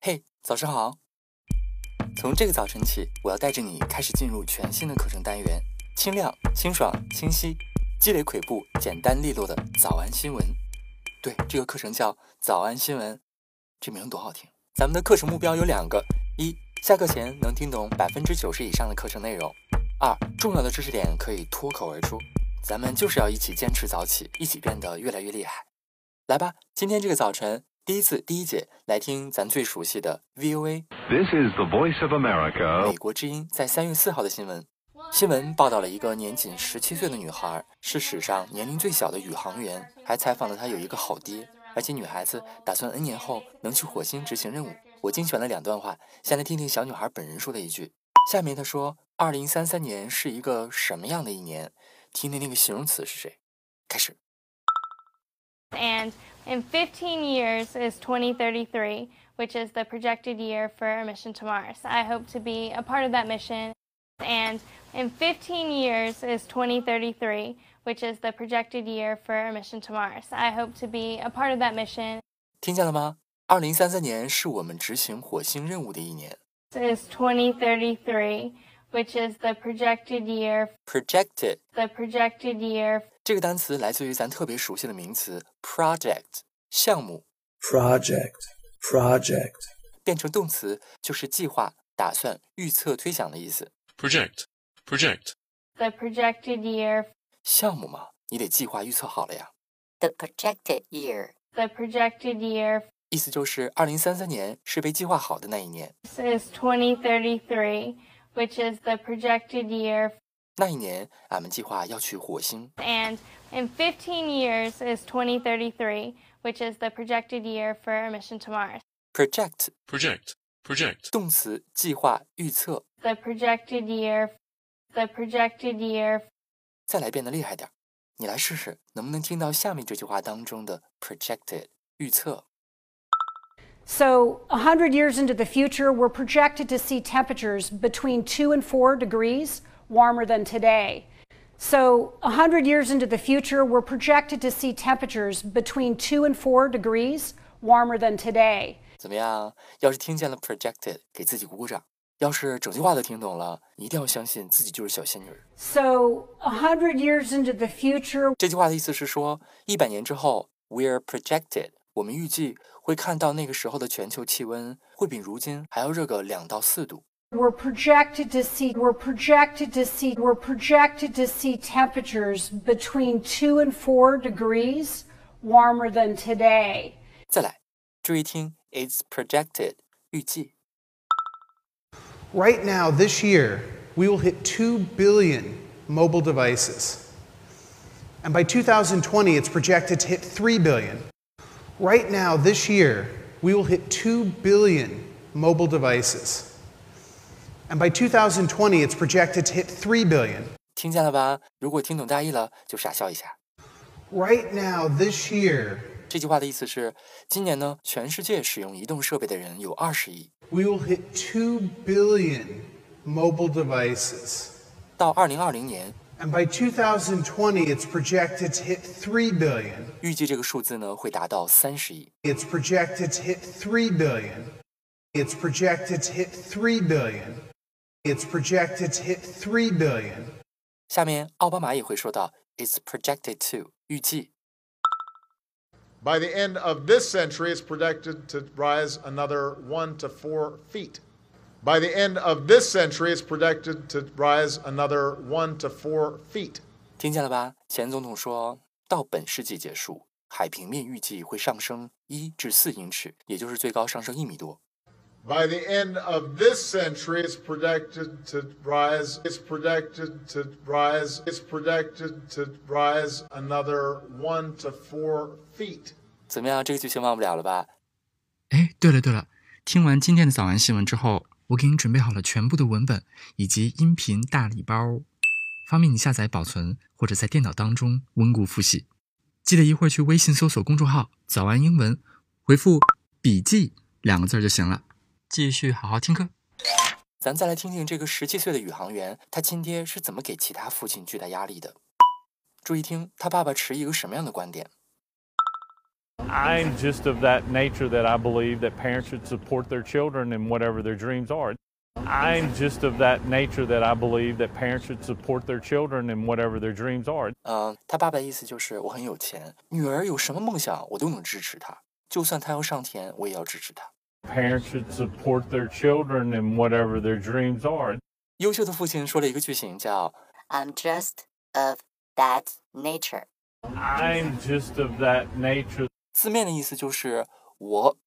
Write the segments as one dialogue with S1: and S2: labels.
S1: 嘿、早上好！从这个早晨起，我要带着你开始进入全新的课程单元，清亮、清爽、清晰，积累跬步，简单利落的早安新闻。对，这个课程叫早安新闻，这名多好听！咱们的课程目标有两个：一，下课前能听懂百分之九十以上的课程内容；二，重要的知识点可以脱口而出。咱们就是要一起坚持早起，一起变得越来越厉害。来吧，今天这个早晨，第一次第一节来听咱最熟悉的 VOA
S2: This is the voice of
S1: 美
S2: America.
S1: 国之音在三月四号的新闻。新闻报道了一个年仅十七岁的女孩是史上年龄最小的宇航员，还采访了她有一个好爹，而且女孩子打算 N 年后能去火星执行任务。我精选了两段话，先来听听小女孩本人说的一句。下面她说：“二零三三年是一个什么样的一年？”听听那个形容词是谁。开始。
S3: And in 15 years is 2033, which is the projected year for a mission to Mars. I hope to be a part of that mission. And in 15 years is 2033, which is the projected year for a mission to Mars. I hope to be a part of that mission.
S1: 听见了吗？二零三三年是我们执行火星任务的一年。
S3: Is 2033, which is the projected year,
S1: Projected
S3: the projected year
S1: 这个单词来自于咱特别熟悉的名词 project 项目，
S4: project, project,
S1: 变成动词就是计划、打算、预测、推想的意思。
S5: project, project,
S3: the projected year,
S1: 项目嘛，你得计划预测好了呀。
S6: the projected year,
S3: the projected year
S1: 意思就是二零三三年是被计划好的那一年，
S3: is 2033, which is the projected year.
S1: 那一年俺们计划要去火星。
S3: And in 15 years is 2033, which is the projected year for a mission to Mars.
S1: project
S5: project, project,
S1: 动词计划、预测，
S3: The projected year, the projected year
S1: 再来变得厉害点儿，你来试试能不能听到下面这句话当中的 projected 预测。
S7: So, 100 years into the future, we're projected to see temperatures between 2 and 4 degrees warmer than today. So, 100 years into the future, we're projected to see temperatures between 2 and 4 degrees warmer than today.
S1: 怎么样？要是听见了 projected，给自己鼓鼓掌；要是整句话都听懂了，你一定要相信自己就是小仙女儿。
S7: So, 100 years into the future,
S1: 这句话的意思是说，一百年之后，we're projected，我们预计会看到那个时候的全球气温会比如今还要热个两到四度。
S7: we're projected to see we're projected to see we're projected to see temperatures between 2 and 4 degrees warmer than today.
S1: 再来，注意听，it's projected，预计。
S8: Right now, this year, we will hit 2 billion mobile devices. And by 2020, it's projected to hit 3 billion. Right now, this year, we will hit 2 billion mobile devices. And by 2020, it's projected to hit 3 billion.
S1: 听见了吧？如果听懂大意了，就傻笑一下。
S8: Right now, this year,
S1: 这句话的意思是，今年呢，全世界使用移动设备的人有二十亿，
S8: we will hit 2 billion mobile devices.
S1: 到二零二零年，
S8: And by 2020, it's projected to hit 3 billion.
S1: 预计这个数字呢会达到三十亿。
S8: It's projected to hit 3 billion. It's projected to hit 3 billion. It's projected to hit 3 billion.
S1: 下面奥巴马也会说到，It's projected to 预计
S9: By the end of this century, it's projected to rise another one to four feet. By the end of this century, it's projected to rise another one to four feet.
S1: 听见了吧？啊前总统说到本世纪结束，海平面预计会上升一至四英尺，也就是最高上升一米多。
S9: By the end of this century, it's projected to rise. It's projected to rise. It's projected to rise another one to four feet.
S1: 怎么样？这个剧情忘不了了吧？
S10: 哎，对了对了，听完今天的早安新闻之后，我给你准备好了全部的文本以及音频大礼包，方便你下载保存或者在电脑当中温故复习。记得一会儿去微信搜索公众号“早安英文”，回复“笔记”两个字儿就行了。继续好好听课。
S1: 咱再来听听这个十七岁的宇航员，他亲爹是怎么给其他父亲巨大压力的。注意听，他爸爸持一个什么样的观点？
S2: I'm just of that nature that I believe that parents should support their children in whatever their dreams are. I'm just of that nature that I believe that parents should support their children in whatever their dreams are.
S1: 呃，他爸爸意思就是我很有钱，女儿有什么梦想我都能支持她，就算她要上天，我也要支持她。
S2: Parents should support their children in whatever their dreams are.
S1: 优秀的父亲说了一个句型叫
S6: I'm just of that nature.
S2: I'm just of that nature
S1: 字面的意思就是我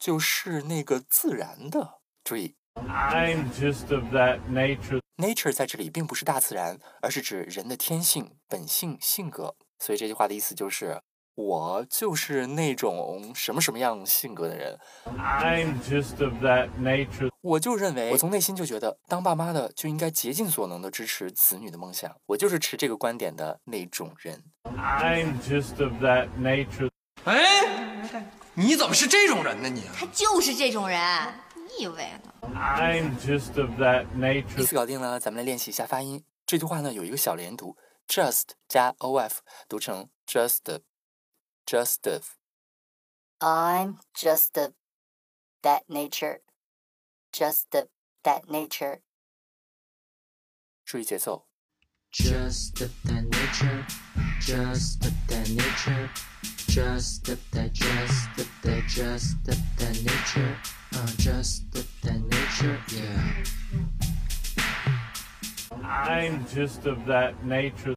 S1: 就是那个自然的。注意
S2: I'm just of that nature
S1: ，nature 在这里并不是大自然，而是指人的天性、本性、性格。所以这句话的意思就是我就是那种什么什么样性格的人。
S2: I'm just of that nature
S1: 我就认为，我从内心就觉得，当爸妈的就应该竭尽所能的支持子女的梦想。我就是持这个观点的那种人。
S2: I'm just of that nature
S11: 哎，你怎么是这种人呢你？
S12: 他就是这种人，你以为呢？
S2: I'm just of that
S1: 意
S2: nature
S1: 思搞定了，咱们来练习一下发音。这句话呢有一个小连读，just 加 of 读成 just just
S6: I'm just of that nature. Just of that nature.
S1: 注意节奏。
S13: Just of that nature, just of that nature, just of that, just of that, just of that nature, uh, just of that nature, yeah.
S2: I'm just of that nature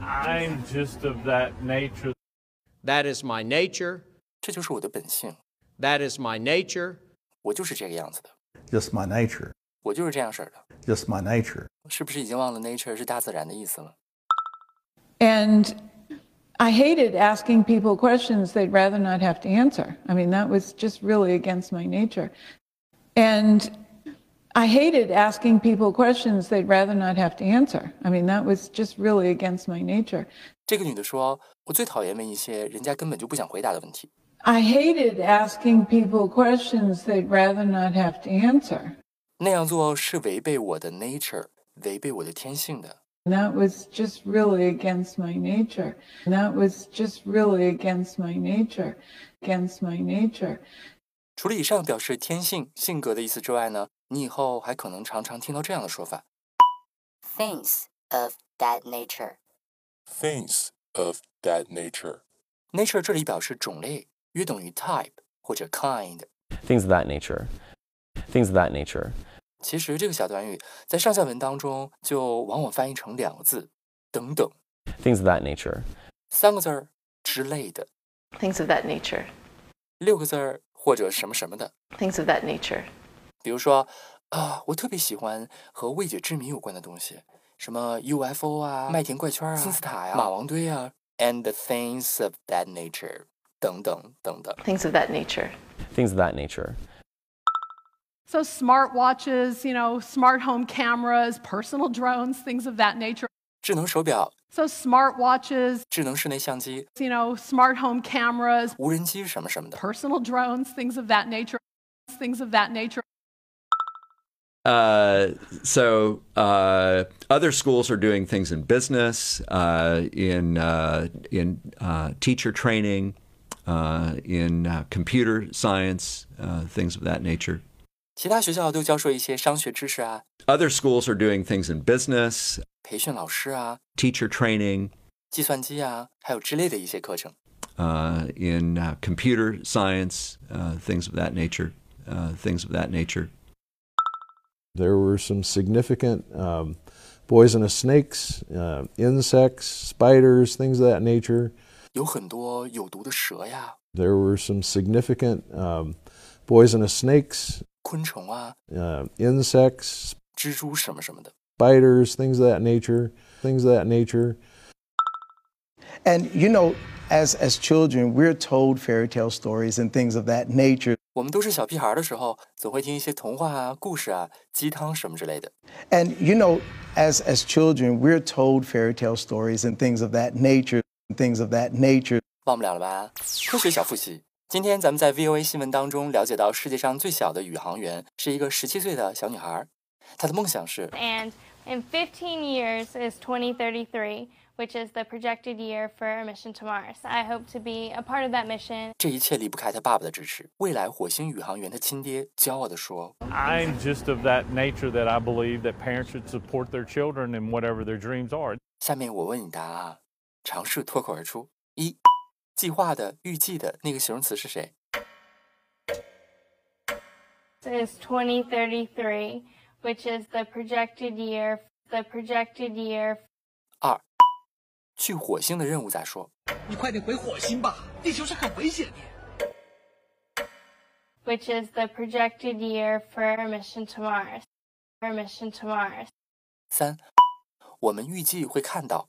S2: I'm just of that nature
S14: That is my nature.
S1: 这就是我的本性，
S14: That is my nature.
S1: 我就是这个样子的，
S15: Just my nature.
S1: 我就是这样式儿的。
S15: Just my nature.
S1: 是不是已经忘了 nature 是大自然的意思了？
S16: And I hated asking people questions they'd rather not have to answer. I mean, that was just really against my nature. And I hated asking people questions they'd rather not have to answer. I mean, that was just really against my nature.
S1: 这个女的说：“我最讨厌问一些人家根本就不想回答的问题。
S16: I hated asking people questions they'd rather not have to answer.
S1: 那样做是违背我的 nature，违背我的天性的。
S16: And that was just really against my nature. And that was just really against my nature. Against my nature.
S1: 除了以上表示天性、性格的意思之外呢，你以后还可能常常听到这样的说法
S6: Things of that nature.
S5: Things of that nature.
S1: ：nature 这里表示种类，约等于 type 或者 kind。
S17: Things of that nature. Things of that nature.
S1: 其实这个小短语在上下文当中就往往翻译成两个字“等等
S17: Things of that nature. ”，
S1: 三个字儿之类的，
S18: Things of that nature.
S1: 六个字儿或者什么什么的。
S18: Things of that nature.
S1: 比如说啊，我特别喜欢和未解之谜有关的东西，什么 UFO 啊、麦田怪圈啊、金字塔呀、马王堆啊，and the things of that nature 等等等等。
S18: Things of that nature.
S17: Things of that nature.
S19: So, smartwatches, you know, smart home cameras, personal drones, things of that nature.
S1: 智能手表、
S19: So, smartwatches,
S1: 智能室内相机、
S19: you know, smart home cameras,
S1: 无人机什么什么的。
S19: personal drones, things of that nature, things of that nature.
S20: Uh, so uh, other schools are doing things in business, uh, in uh, in uh, teacher training, uh, in uh, computer science, uh, things of that nature.
S1: 其他学校都教授一些商学知识啊，
S20: Other schools are doing things in business,
S1: 培训老师啊，
S20: teacher training,
S1: 计算机啊，还有之类的一些课程。
S20: uh, in uh, computer science, uh, things of that nature, uh, things of that nature.
S21: There were some significant um, poisonous snakes, uh, insects, spiders, things of that nature.
S1: 有很多有毒的蛇呀、
S21: There were some significant um, poisonous snakes,
S1: 昆虫啊、
S21: uh, insects,
S1: 蜘蛛什么什么的。
S21: spiders, things of that nature, things of that nature.
S22: And you know, as as children, we're told fairy tale stories and things of that nature.
S1: 我们都是小屁孩儿的时候，总会听一些童话啊、故事啊、鸡汤什么之类的。
S22: And you know, as as children, we're told fairy tale stories and things of that nature and things of that nature.
S1: 忘不了了吧？科学小复习。今天咱们在 VOA 新闻当中了解到，世界上最小的宇航员是一个十七岁的小女孩儿，她的梦想是
S3: And in 15 years is 2033, which is the projected year for a mission to Mars. I hope to be a part of that mission.
S1: 这一切离不开他爸爸的支持。未来火星宇航员的亲爹骄傲地说
S2: I'm just of that nature that I believe that parents should support their children in whatever their dreams are.：“
S1: 下面我问你答案啊，尝试脱口而出。一，计划的、预计的那个形容词是谁？
S3: Is 2033, which is the projected year, the projected year
S1: 二，去火星的任务咋说？
S11: 你快点回火星吧，地球是很危险的。
S3: which is the projected year for a mission to Mars. For a mission to Mars.
S1: 三，我们预计会看到。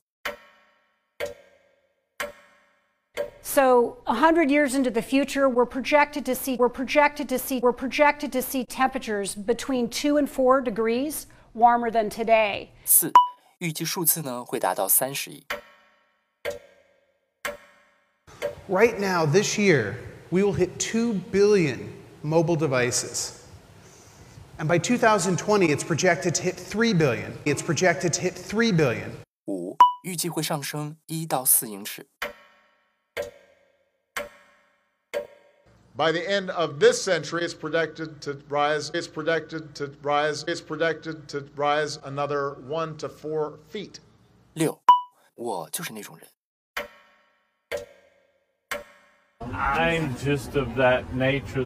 S4: So 100 years into the future, we're projected to see we're projected to see we're projected to see temperatures between 2 and 4 degrees warmer than today.
S1: 四，预计数字呢会达到三十亿。
S8: Right now, this year, we will hit 2 billion mobile devices. And by 2020, it's projected to hit 3 billion. It's projected to hit 3 billion.
S1: 五，预计会上升一到四英尺。
S9: By the end of this century, it's predicted to rise. It's predicted to rise. It's predicted to rise another one to four feet.
S1: 六，我就是那种人。
S2: I'm just of that nature.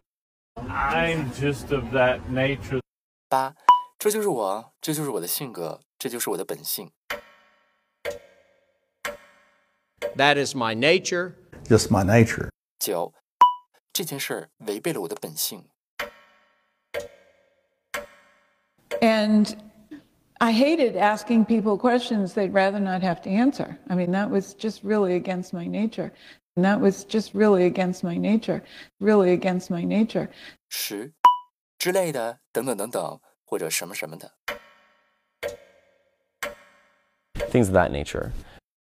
S2: I'm just of that nature.
S1: 八，这就是我，这就是我的性格，这就是我的本性。
S14: That is my nature.
S15: Just my nature.
S1: 九，这件事儿违背了我的本性。
S16: And I hated asking people questions they'd rather not have to answer. I mean, that was just really against my nature. And that was just really against my nature, really against my nature.
S1: 十，之类的，等等等等，或者什么什么的。
S17: Things of that nature.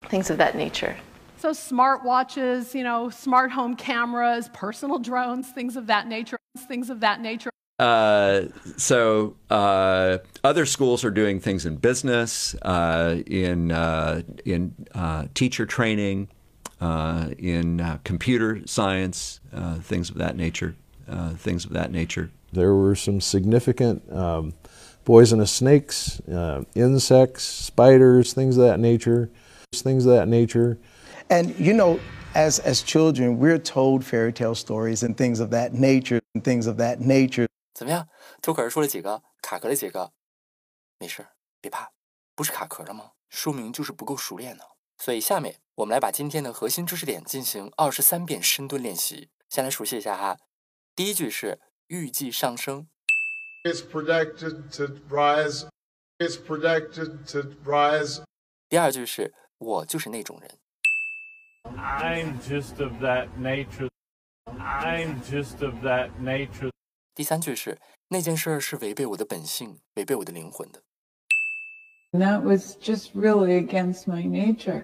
S18: Things of that nature.
S19: So smart watches, you know, smart home cameras, personal drones, things of that nature, things of that nature.
S20: Uh, so uh, other schools are doing things in business, uh, in uh, in uh, teacher training, uh, in uh, computer science, uh, things of that nature, uh, things of that nature.
S21: There were some significant um, poisonous snakes, uh, insects, spiders, things of that nature, things of that nature.
S22: And you know, as as children, we're told fairy tale stories and things of that nature and things of that nature.
S1: 怎么样？脱口而出了几个，卡壳了几个？没事儿，别怕，不是卡壳了吗？说明就是不够熟练呢。所以下面我们来把今天的核心知识点进行二十三遍深蹲练习。先来熟悉一下哈。第一句是预计上升，
S9: It's predicted to rise. It's predicted to rise.
S1: 第二句是我就是那种人，
S2: I'm just of that nature. I'm just of that nature.
S1: 第三句是那件事儿是违背我的本性、违背我的灵魂的。
S16: And that was just really against my nature.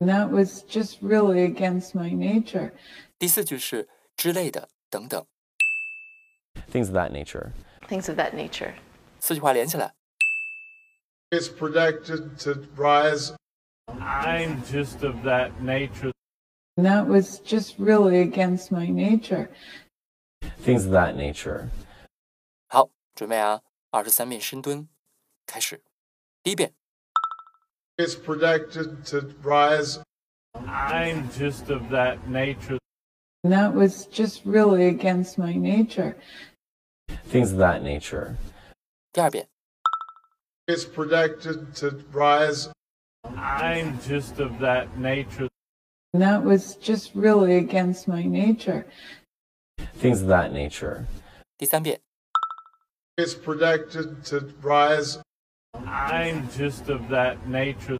S16: And that was just really against my nature.
S1: 第四句是之类的等等。
S17: Things of that nature.
S18: Things of that nature.
S1: 四句话连起来，
S9: It's predicted to rise.
S2: I'm just of that nature.
S16: And that was just really against my nature.
S17: Things of that nature.
S1: 好，准备啊，二十三遍深蹲，开始。第一遍，
S9: It's predicted to rise.
S2: I'm just of that nature.
S16: And that was just really against my nature.
S17: Things of that nature.
S1: 第二遍，
S9: It's predicted to rise.
S2: I'm just of that nature.
S16: And that was just really against my nature.
S17: Things of that nature.
S1: 第三遍，
S9: It's predicted to rise.
S2: I'm just of that nature.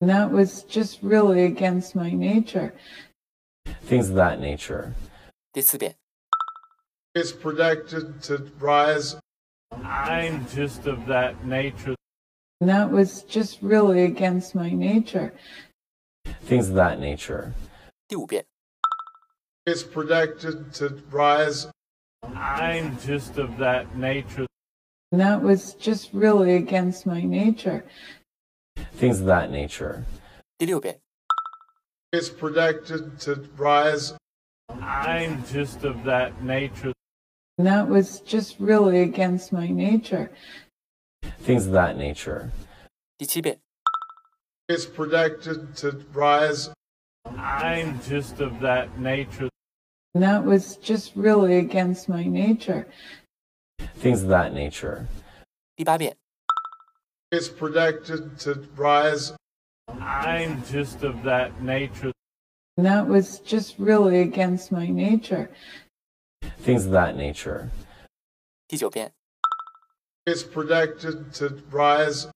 S16: And that was just really against my nature.
S17: Things of that nature.
S1: 第四遍，
S9: It's predicted to rise.
S2: I'm just of that nature.
S16: And that was just really against my nature.
S17: Things of that nature.
S1: 第五遍，
S9: It's predicted to rise.
S2: I'm just of that nature.
S16: And that was just really against my nature.
S17: Things of that nature.
S1: 第六遍。
S9: is projected to rise.
S2: I'm just of that nature.
S16: And that was just really against my nature.
S17: Things of that nature.
S1: 第七遍。
S9: is projected to rise.
S2: I'm just of that nature.
S16: And that was just really against my nature.
S17: Things of that nature.
S1: 第八遍。
S9: is projected to rise.
S2: I'm just of that nature.
S16: And that was just really against my nature.
S17: Things of that nature.
S1: 第九遍。
S9: is projected to rise.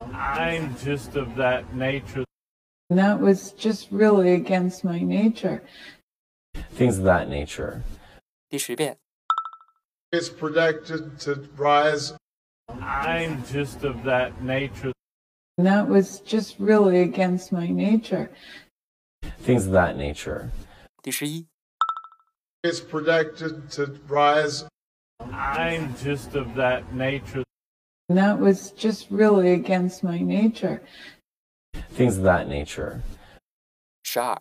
S2: I'm just of that nature.
S16: And that was just really against my nature.
S17: Things of that nature.
S1: 第十遍。
S9: is projected to rise.
S2: I'm just of that nature.
S16: And that was just really against my nature.
S17: Things of that nature.
S1: 第十一。
S9: is projected to rise.
S2: I'm just of that nature.
S16: And that was just really against my nature.
S17: Things of that nature.
S1: 十二。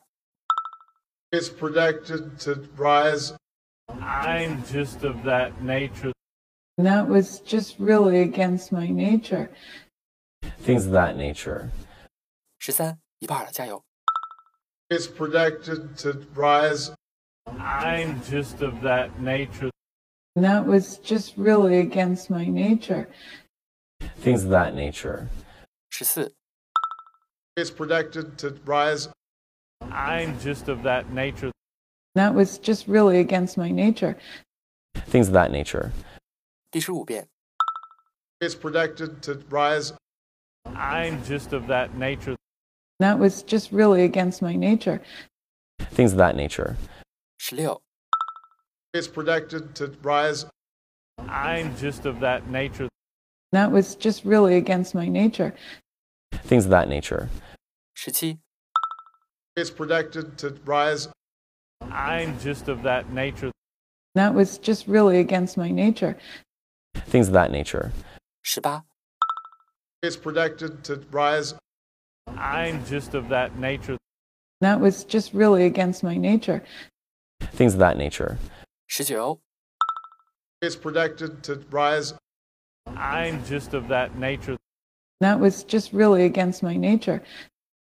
S9: is projected to rise.
S2: I'm just of that nature.
S16: And that was just really against my nature.
S17: Things of that nature.
S1: 十三，一半了，加油！
S9: is projected to rise.
S2: I'm just of that nature.
S16: And that was just really against my nature.
S17: Things of that nature.
S1: 十四、
S9: is projected to rise.
S2: I'm just of that nature.
S16: And that was just really against my nature.
S17: Things of that nature.
S1: 第十五遍、
S9: is projected to rise.
S2: I'm just of that nature.
S16: And that was just really against my nature.
S17: Things of that nature.
S1: 十六、
S9: is projected to rise.
S2: I'm just of that nature.
S16: And that was just really against my nature.
S17: Things of that nature.
S1: 十七、
S9: is projected to rise.
S2: I'm just of that nature.
S16: And that was just really against my nature.
S17: Things of that nature.
S1: 十八、
S9: is projected to rise.
S2: I'm just of that nature.
S16: And that was just really against my nature.
S17: Things of that nature.
S1: 十九、
S9: is projected to rise.
S2: I'm just of that nature.
S16: And that was just really against my nature.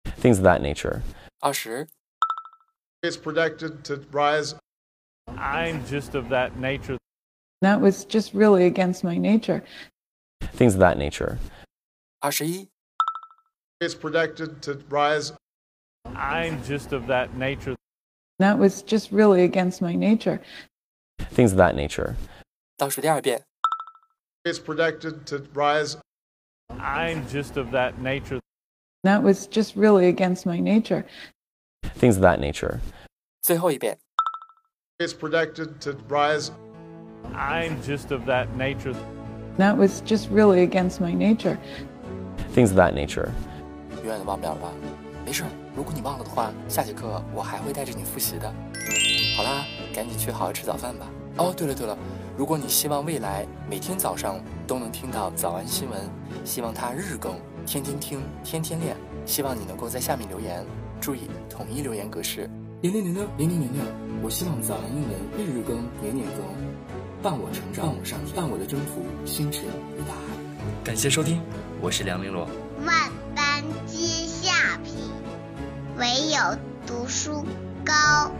S17: Things of that nature.
S1: 二十、
S9: is projected to rise.
S2: I'm just of that nature.
S16: And that was just really against my nature.
S17: Things of that nature.
S1: 二十一、
S9: is projected to rise.
S2: I'm just of that nature.
S16: And that was just really against my nature.
S17: Things of that nature.
S1: 倒数第二遍、
S9: is projected to rise.
S2: I'm just of that nature.
S16: And that was just really against my nature.
S17: Things of that nature.
S1: 最后一遍。
S9: is projected to rise.
S2: I'm just of that nature.
S16: And that was just really against my nature.
S17: Things of that nature.
S1: 永远都忘不了吧？没事儿，如果你忘了的话，下节课我还会带着你复习的。好啦，赶紧去好好吃早饭吧。哦，对了对了，如果你希望未来每天早上都能听到早安新闻，希望它日更，天天听，天天练，希望你能够在下面留言，注意统一留言格式。零零零六零零零六，我希望早安英文日日更，年年更，伴我成长，伴我上天，伴我的征服星辰与大海。感谢收听，我是梁玲珑。
S7: 万般皆下品，唯有读书高。